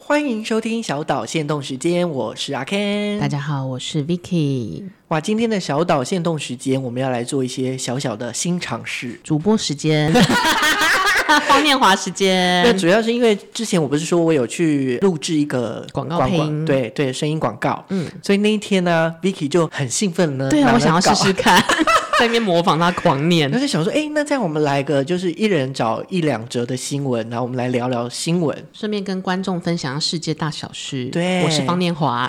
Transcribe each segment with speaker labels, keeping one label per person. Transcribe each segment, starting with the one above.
Speaker 1: 欢迎收听小岛限动时间，我是阿 Ken，
Speaker 2: 大家好，我是 Vicky。
Speaker 1: 哇，今天的小岛限动时间，我们要来做一些小小的新尝试。
Speaker 2: 主播时 间，方面华时
Speaker 1: 那
Speaker 2: 间，
Speaker 1: 主要是因为之前我不是说我有去录制一个
Speaker 2: 广告配音
Speaker 1: 对对，声音广告，
Speaker 2: 嗯，
Speaker 1: 所以那一天呢，Vicky 就很兴奋呢，
Speaker 2: 对
Speaker 1: 拿
Speaker 2: 啊，
Speaker 1: 了
Speaker 2: 我想要
Speaker 1: 稿
Speaker 2: 试试，看，啊 在那边模仿他狂念
Speaker 1: 然后。就想说，哎，那这样我们来个就是一人找一两折的新闻，然后我们来聊聊新闻。
Speaker 2: 顺便跟观众分享世界大小事。
Speaker 1: 对
Speaker 2: 我是方念华，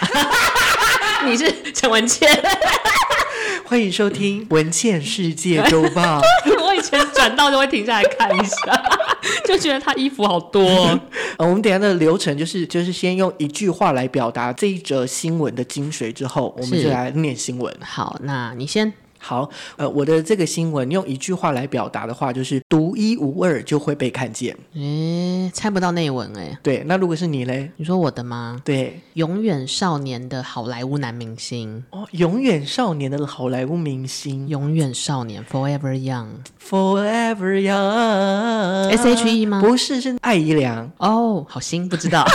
Speaker 2: 你是陈文茜。
Speaker 1: 欢迎收听《文茜世界周报》。
Speaker 2: 我以前转到就会停下来看一下， 就觉得他衣服好多哦、
Speaker 1: 呃，我们等一下的流程就是，就是先用一句话来表达这一则新闻的精髓，之后我们
Speaker 2: 是
Speaker 1: 就来念新闻。
Speaker 2: 好，那你先
Speaker 1: 好，呃，我的这个新闻用一句话来表达的话，就是独一无二就会被看见。
Speaker 2: 诶、猜不到内文诶、
Speaker 1: 对，那如果是你嘞？
Speaker 2: 你说我的吗？
Speaker 1: 对，
Speaker 2: 永远少年的好莱坞男明星，
Speaker 1: 哦，永远少年的好莱坞明星
Speaker 2: 永远少年 （Forever Young）。
Speaker 1: ，Forever Young。
Speaker 2: SHE E 吗
Speaker 1: 不是，是艾怡良。
Speaker 2: 哦，好新，不 知道。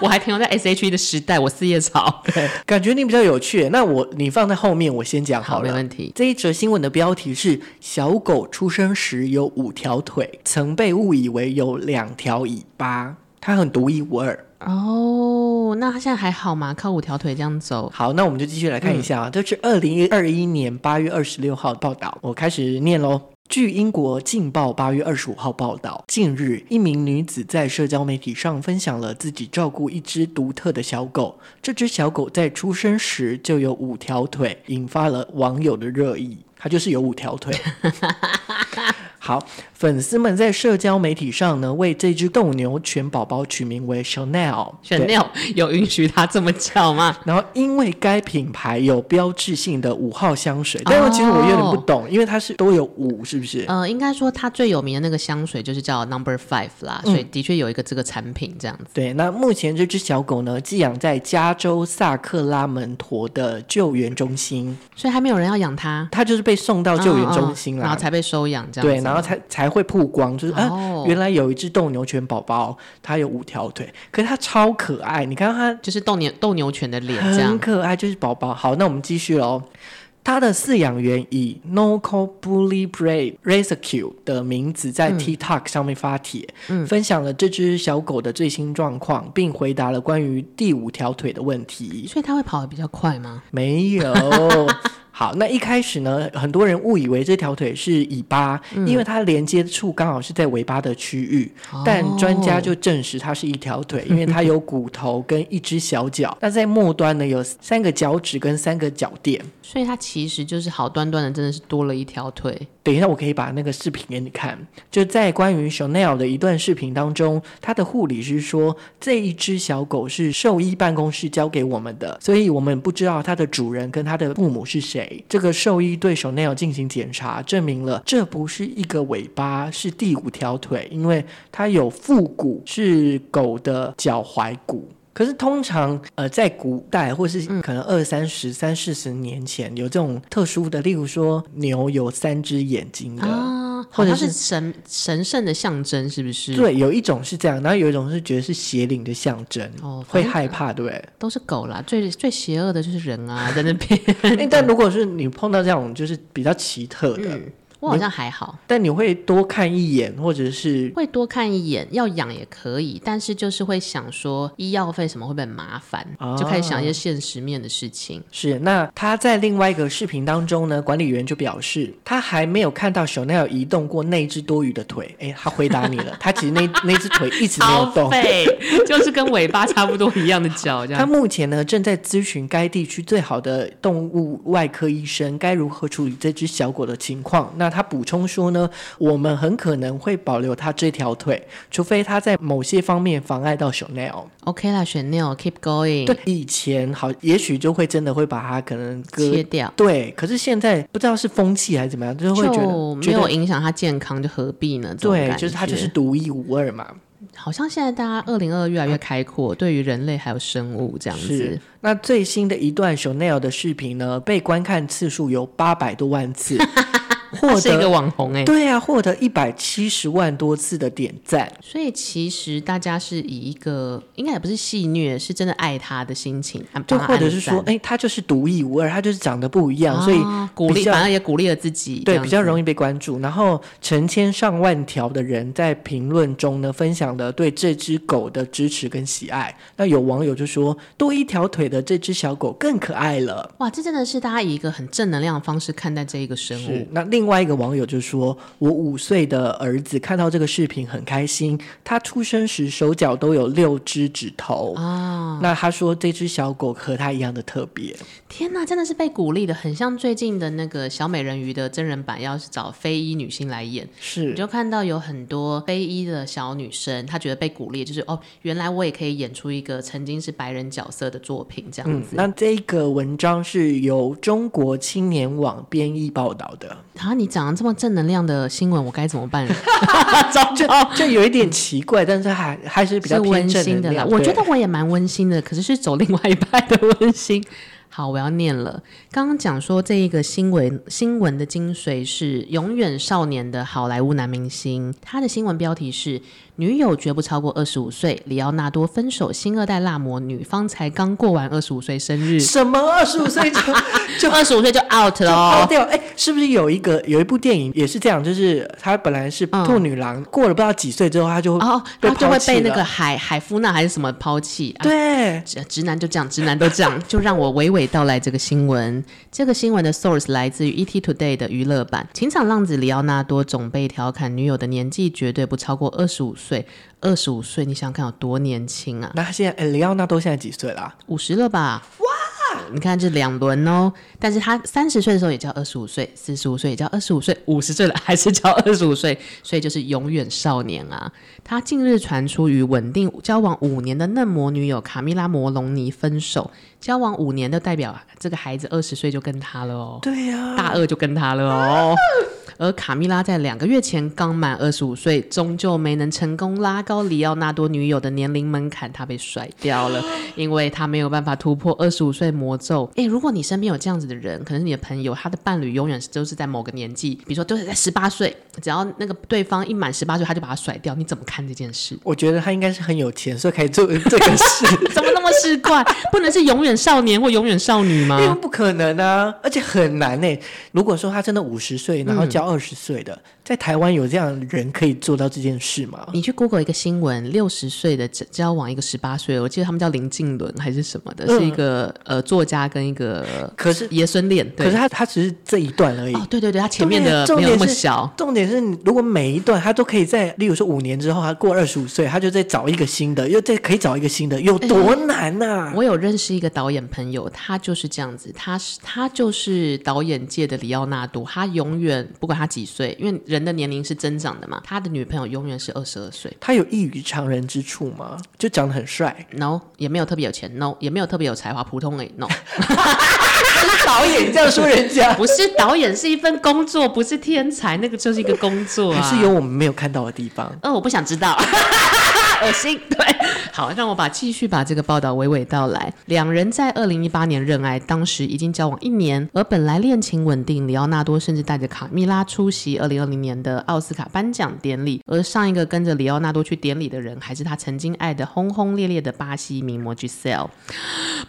Speaker 2: 我还停留在 S.H.E 的时代，我四叶草。
Speaker 1: 对，感觉你比较有趣。那我你放在后面，我先讲
Speaker 2: 好，
Speaker 1: 好
Speaker 2: 没
Speaker 1: 了。
Speaker 2: 问题。
Speaker 1: 这一则新闻的标题是：小狗出生时有五条腿，曾被误以为有两条尾巴。它很独一无二。
Speaker 2: 哦，那他现在还好吗？靠五条腿这样走，
Speaker 1: 好，那我们就继续来看一下啊，这是二零二一年八月二十六号的报道，我开始念喽。据英国《镜报》八月二十五号报道，近日，一名女子在社交媒体上分享了自己照顾一只独特的小狗。这只小狗在出生时就有五条腿，引发了网友的热议。它就是有五条腿。好，粉丝们在社交媒体上呢，为这只斗牛犬宝宝取名为 Chanel。
Speaker 2: 选
Speaker 1: 对
Speaker 2: l 有允许他这么 叫吗？
Speaker 1: 然后因为该品牌有标志性的五号香水，但
Speaker 2: 哦
Speaker 1: 是其实我有点不懂，因为它是都有五，是不是？
Speaker 2: 呃，应该说他最有名的那个香水就是叫 Number Five 啦，
Speaker 1: 嗯
Speaker 2: 所以的确有一个这个产品这样子。
Speaker 1: 对，那目前这只小狗呢，寄养在加州萨克拉门陀的救援中心，
Speaker 2: 所以还没有人要养它，
Speaker 1: 它就是被送到哦救援中心
Speaker 2: 嗯嗯嗯嗯
Speaker 1: 啦。
Speaker 2: 然后才被收养这样子。
Speaker 1: 对，然后才才会曝光，就是啊，
Speaker 2: 哦
Speaker 1: 原来有一只斗牛犬宝宝，它有五条腿，可是它超可爱，你看它
Speaker 2: 就是斗牛斗牛犬的脸这
Speaker 1: 很
Speaker 2: 样。
Speaker 1: 可爱，就是宝宝。好，那我们继续喽。它的饲养员以 Noco Bully Brave Rescue 的名字在 TikTok 上面发帖，分享了这只小狗的最新状况，并回答了关于第五条腿的问题。
Speaker 2: 所以它会跑得比较快吗？
Speaker 1: 没有。好，那一开始呢，很多人误以为这条腿是尾巴，因为它连接处刚好是在尾巴的区域。
Speaker 2: 哦
Speaker 1: 但专家就证实它是一条腿，因为它有骨头跟一只小脚。那在末端呢，有三个脚趾跟三个脚垫。
Speaker 2: 所以它其实就是好端端的，真的是多了一条腿。
Speaker 1: 等一下，我可以把那个视频给你看。就在关于 Chanel 的一段视频当中，他的护理师说，这一只小狗是兽医办公室交给我们的，所以我们不知道它的主人跟它的父母是谁。这个兽医对 Chanel 进行检查，证明了这不是一个尾巴，是第五条腿，因为它有腹股，是狗的脚踝骨。可是通常，呃，在古代或是可能二三十、三四十年前，有这种特殊的，例如说牛有三只眼睛的，
Speaker 2: 啊，
Speaker 1: 或
Speaker 2: 好
Speaker 1: 者
Speaker 2: 像
Speaker 1: 是
Speaker 2: 是神神圣的象征，是不是？，
Speaker 1: 对，有一种是这样，然后有一种是觉得是邪灵的象征，
Speaker 2: 哦
Speaker 1: 会
Speaker 2: 反正
Speaker 1: 害怕，对不 对？
Speaker 2: 都是狗啦，最最邪恶的就是人 啊，在那边。
Speaker 1: 诶但如果是你碰到这种就是比较奇特的，
Speaker 2: 我好像还好，
Speaker 1: 但你会多看一眼，或者是
Speaker 2: 会多看一眼，要养也可以，但是就是会想说医药费什么会不会很麻烦，
Speaker 1: 啊
Speaker 2: 就开始想一些现实面的事情。
Speaker 1: 是那他在另外一个视频当中呢，管理员就表示他还没有看到 Chanel 移动过那一只多余的腿。诶，他回答你了，他其实那 那只腿一直没有动。
Speaker 2: 费， 就是跟尾巴差不多一样的脚这
Speaker 1: 他
Speaker 2: 样。
Speaker 1: 目前呢正在咨询该地区最好的动物外科医生该如何处理这只小狗的情况。那他补充说呢，我们很可能会保留它这条腿，除非它在某些方面妨碍到 Chanel。
Speaker 2: OK 啦，选 nail，keep going，
Speaker 1: 对，以前好，也许就会真的会把它可能割
Speaker 2: 切。掉。
Speaker 1: 对，可是现在不知道是风气还是怎么样，就会觉
Speaker 2: 就
Speaker 1: 得觉
Speaker 2: 没有
Speaker 1: 得
Speaker 2: 影响他健康，就何必呢？这种
Speaker 1: 对，
Speaker 2: 感
Speaker 1: 就是它就
Speaker 2: 觉
Speaker 1: 是独一无二嘛。
Speaker 2: 好像现在大家二零二越来越开阔，对于人类还有生物这样
Speaker 1: 是
Speaker 2: 子，，
Speaker 1: 那 最新的一段 Chanel 的视频呢，被观看次数有八百多万次。获
Speaker 2: 他是一个
Speaker 1: 得
Speaker 2: 网红哎、
Speaker 1: 对啊，获得一百七十万多次的点赞。
Speaker 2: 所以其实大家是以一个应该也不是戏虐，是真的爱他的心情，按
Speaker 1: 就
Speaker 2: 帮他
Speaker 1: 或者
Speaker 2: 按
Speaker 1: 是
Speaker 2: 赞
Speaker 1: 说，哎、他就是独一无二，他就是长得不一样，
Speaker 2: 啊
Speaker 1: 所以
Speaker 2: 鼓
Speaker 1: 比
Speaker 2: 励，
Speaker 1: 较
Speaker 2: 反而也鼓励了自己，
Speaker 1: 对比较
Speaker 2: 易。
Speaker 1: 容易被关注。然后成千上万条的人在评论中呢，分享了对这只狗的支持跟喜爱。那有网友就说，多一条腿的这只小狗更可爱了。
Speaker 2: 哇，这真的是大家以一个很正能量的方式看待这一个生
Speaker 1: 是
Speaker 2: 物，，
Speaker 1: 那另外一个网友就说：“我五岁的儿子看到这个视频很开心，他出生时手脚都有六只指头
Speaker 2: 哦
Speaker 1: 啊。那他说这只小狗和他一样的特别，
Speaker 2: 天哪，真的是被鼓励的，很像最近的那个小美人鱼的真人版，要是找非裔女星来演，
Speaker 1: 是
Speaker 2: 你就看到有很多非裔的小女生，她觉得被鼓励，就是哦，原来我也可以演出一个曾经是白人角色的作品这样
Speaker 1: 嗯
Speaker 2: 子。，
Speaker 1: 那这个文章是由中国青年网编译报道的，
Speaker 2: 啊，你讲了这么正能量的新闻，我该怎么办？
Speaker 1: 糟就就有一点奇怪，但是还还是比
Speaker 2: 是
Speaker 1: 较偏
Speaker 2: 温
Speaker 1: 正
Speaker 2: 馨的
Speaker 1: 能
Speaker 2: 啦，
Speaker 1: 量
Speaker 2: 我觉得
Speaker 1: 对
Speaker 2: 我也蛮温馨的，可是是走另外一派的温馨。好，我要念了。刚刚讲说这一个新闻新闻的精髓是永远少年的好莱坞男明星，他的新闻标题是女友绝不超过二十五岁，里奥纳多分手新二代辣模，女方才刚过完二十五岁生 日，
Speaker 1: 什么二十五 岁就
Speaker 2: 就二十五岁就 out 了
Speaker 1: 抛
Speaker 2: 哦。
Speaker 1: 掉？哎、是不是有一个有一部电影也是这样？就是他本来是
Speaker 2: 嗯
Speaker 1: 兔女郎，过了不知道几岁之后，他 就
Speaker 2: 哦，
Speaker 1: 被
Speaker 2: 他就会
Speaker 1: 抛弃
Speaker 2: 被那个
Speaker 1: 了
Speaker 2: 海海夫纳还是什么抛弃，啊
Speaker 1: 对。
Speaker 2: 直直男就这样，直男都这样，就让我娓娓道来这个新闻。这个新闻的 source 来自于 ET Today 的娱乐版。情场浪子里奥纳多总被调侃女友的年纪绝对不超过二十五岁，二十五岁你想想看有多年轻啊？
Speaker 1: 那他现在，哎、里奥纳多现在几岁啦、
Speaker 2: 五十了吧？哇！你看这两轮哦，但是他三十岁的时候也叫二十五岁，四十五岁也叫二十五岁，五十岁了 还是叫二十五岁，所以就是永远少年啊。他近日传出与稳定交往五年的嫩模女友卡米拉·摩隆尼分手，交往五年的代表这个孩子二十岁就跟他了哦。
Speaker 1: 对呀、？
Speaker 2: 大二就跟他了哦。而卡米拉在两个月前刚满二十五岁，终究没能成功拉高里奥纳多女友的年龄门槛，她被甩掉了，因为她没有办法突破二十五岁魔咒。诶，如果你身边有这样子的人，可能是你的朋友，他的伴侣永远都是在某个年纪，比如说都是在十八岁，只要那个对方一满十八岁，他就把他甩掉，你怎么看这件事
Speaker 1: 我觉得他应该是很有钱，所以可以做这个事，
Speaker 2: 怎么那么奇怪？不能是永远少年或永远少女吗？
Speaker 1: 因为不可能啊，而且很难呢、欸如果说他真的五十岁，然后
Speaker 2: 嗯
Speaker 1: 交二十岁的，在台湾有这样的人可以做到这件事吗？
Speaker 2: 你去 Google 一个新闻，六十岁的交交往一个十八岁，我记得他们叫林静伦还是什么的，
Speaker 1: 嗯
Speaker 2: 是一个呃作家跟一个
Speaker 1: 可是，
Speaker 2: 爷孙恋。
Speaker 1: 可
Speaker 2: 对
Speaker 1: 是他他只是这一段而已。
Speaker 2: 哦，对对对，他前面
Speaker 1: 对
Speaker 2: 的
Speaker 1: 重
Speaker 2: 没有
Speaker 1: 点
Speaker 2: 那么
Speaker 1: 是
Speaker 2: 小。
Speaker 1: 重点是，如果每一段他都可以在，例如说五年之后，他过二十五岁，他就再找一个新的，又再可以找一个新的，有多难啊呐、
Speaker 2: 我有认识一个导演朋友，他就是这样子，他是他就是导演界的里奥纳多，他永远不管他几岁，因为人的年龄是增长的嘛，他的女朋友永远是二十二岁。
Speaker 1: 他有异于常人之处吗？就长得很 帅，
Speaker 2: No，也没有特别有钱，No，也没有特别有才华，普通而已，No。
Speaker 1: 导演这样说人家，
Speaker 2: 不是导演是一份工作，不是天才，那个就是一个工 作啊。
Speaker 1: 还是有我们没有看到的地方。
Speaker 2: 呃，我不想知道， 恶心。对，好，让我把继续把这个报道娓娓道来。两人在二零一八年认爱，当时已经交往一年，而本来恋情稳定，里奥纳多甚至带着卡蜜拉出席二零二零年的奥斯卡颁奖典礼，而上一个跟着里奥纳多去典礼的人，还是他曾经爱的轰轰烈烈的巴西名模 Giselle。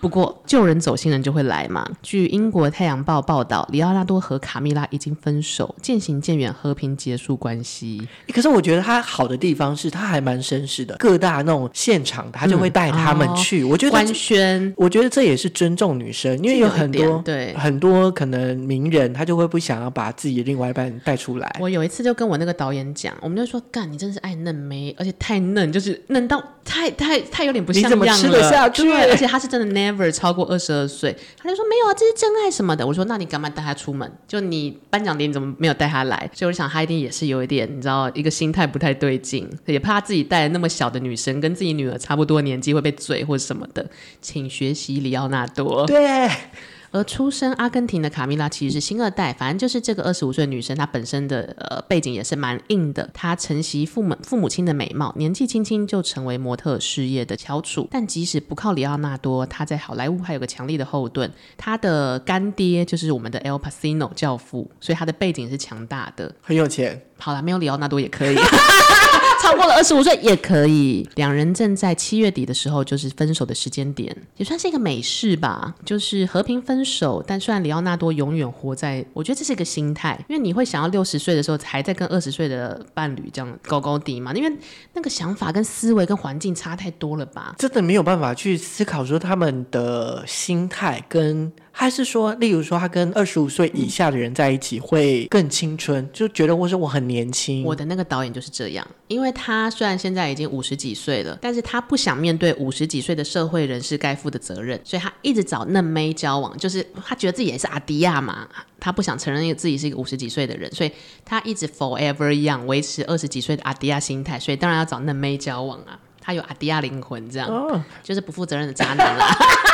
Speaker 2: 不过，旧人走，新人就会来嘛。据英国《太阳报》报道，里奥纳多和卡蜜拉已经分手，渐行渐远，和平结束关系。
Speaker 1: 欸可是我觉得他好的地方是他还蛮绅士的，各大那种现场他就
Speaker 2: 嗯
Speaker 1: 会带他
Speaker 2: 哦
Speaker 1: 们去。我觉得
Speaker 2: 官
Speaker 1: 这，
Speaker 2: 宣，
Speaker 1: 我觉得这也是尊重女生，因为
Speaker 2: 这有一
Speaker 1: 很多哎
Speaker 2: 点对
Speaker 1: 很多可能名人他就会不想要把自己另外一半带出来。
Speaker 2: 我有一次就跟我那个导演讲，我们就说，干，你真是爱嫩妹，而且太嫩，就是嫩到太太太有点不像样了，
Speaker 1: 你怎么吃得下去
Speaker 2: 对而且他是真的 never 超过二十二岁，他就说没有啊，这是真爱什么的。我说那你干嘛带他出门？就你颁奖典礼怎么没有带他来？所以我想他一定也是有一点，你知道，一个心态不太对劲，也怕自己带那么小的女生跟自哦己女儿差不多年纪会被嘴或者什么的，请学习里奥纳多。
Speaker 1: 对，
Speaker 2: 而出生阿根廷的卡米拉其实是星二代，反正就是这个二十五岁女生，她本身的呃背景也是蛮硬的。她承袭父母父母亲的美貌，年纪轻轻就成为模特事业的翘楚。但即使不靠里奥纳多，她在好莱坞还有个强力的后盾。她的干爹就是我们的 El Pacino 教父，所以她的背景是强大的。
Speaker 1: 很有钱，
Speaker 2: 好啦，没有里奥纳多也可以。超过了二十五岁也可以。两人正在七月底的时候，就是分手的时间点，也算是一个美事吧，就是和平分手。但虽然里奥纳多永远活在，我觉得这是一个心态，因为你会想要六十岁的时候还在跟二十岁的伴侣这样高高低嘛，因为那个想法跟思维跟环境差太多了吧。
Speaker 1: 真的没有办法去思考说他们的心态跟。还是说，例如说，他跟二十五岁以下的人在一起会更青春，就觉得我说我很年轻。
Speaker 2: 我的那个导演就是这样，因为他虽然现在已经五十几岁了，但是他不想面对五十几岁的社会人士该负的责任，所以他一直找嫩妹交往，就是他觉得自己也是阿迪亚嘛，他不想承认自己是一个五十几岁的人，所以他一直 forever young 维持二十几岁的阿迪亚心态，所以当然要找嫩妹交往啊，他有阿迪亚灵魂，这样、
Speaker 1: 哦
Speaker 2: 就是不负责任的渣男啦，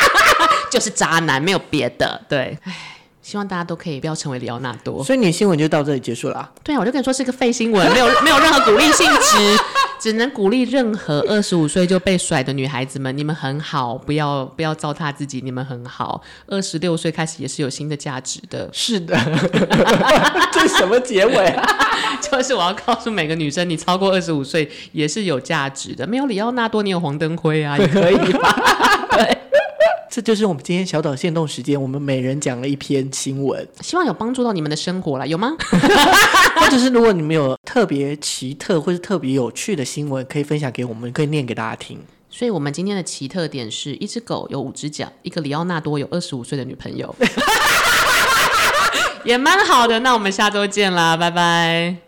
Speaker 2: 就是渣男，没有别的，对，唉。希望大家都可以不要成为里奥纳多。
Speaker 1: 所以你的新闻就到这里结束了啊、
Speaker 2: 对啊，我就跟你说是个废新闻，没有 没有任何鼓励性质， 只能鼓励任何二十五岁就被甩的女孩子们，你们很好，不要不要糟蹋自己，你们很好。二十六岁开始也是有新的价值的，
Speaker 1: 是的， 这是什么结尾啊？
Speaker 2: 就是我要告诉每个女生，你超过二十五岁也是有价值的，没有里奥纳多，你有黄灯辉 啊，也可以吧？
Speaker 1: 这就是我们今天小岛限动时间，我们每人讲了一篇新闻，
Speaker 2: 希望有帮助到你们的生活啦，有吗？
Speaker 1: 或者是如果你们有特别奇特或是特别有趣的新闻，可以分享给我们，可以念给大家听。
Speaker 2: 所以我们今天的奇特点是一只狗有五只脚，一个里奥纳多有二十五岁的女 朋友，也蛮好的。那我们下周见啦，拜拜。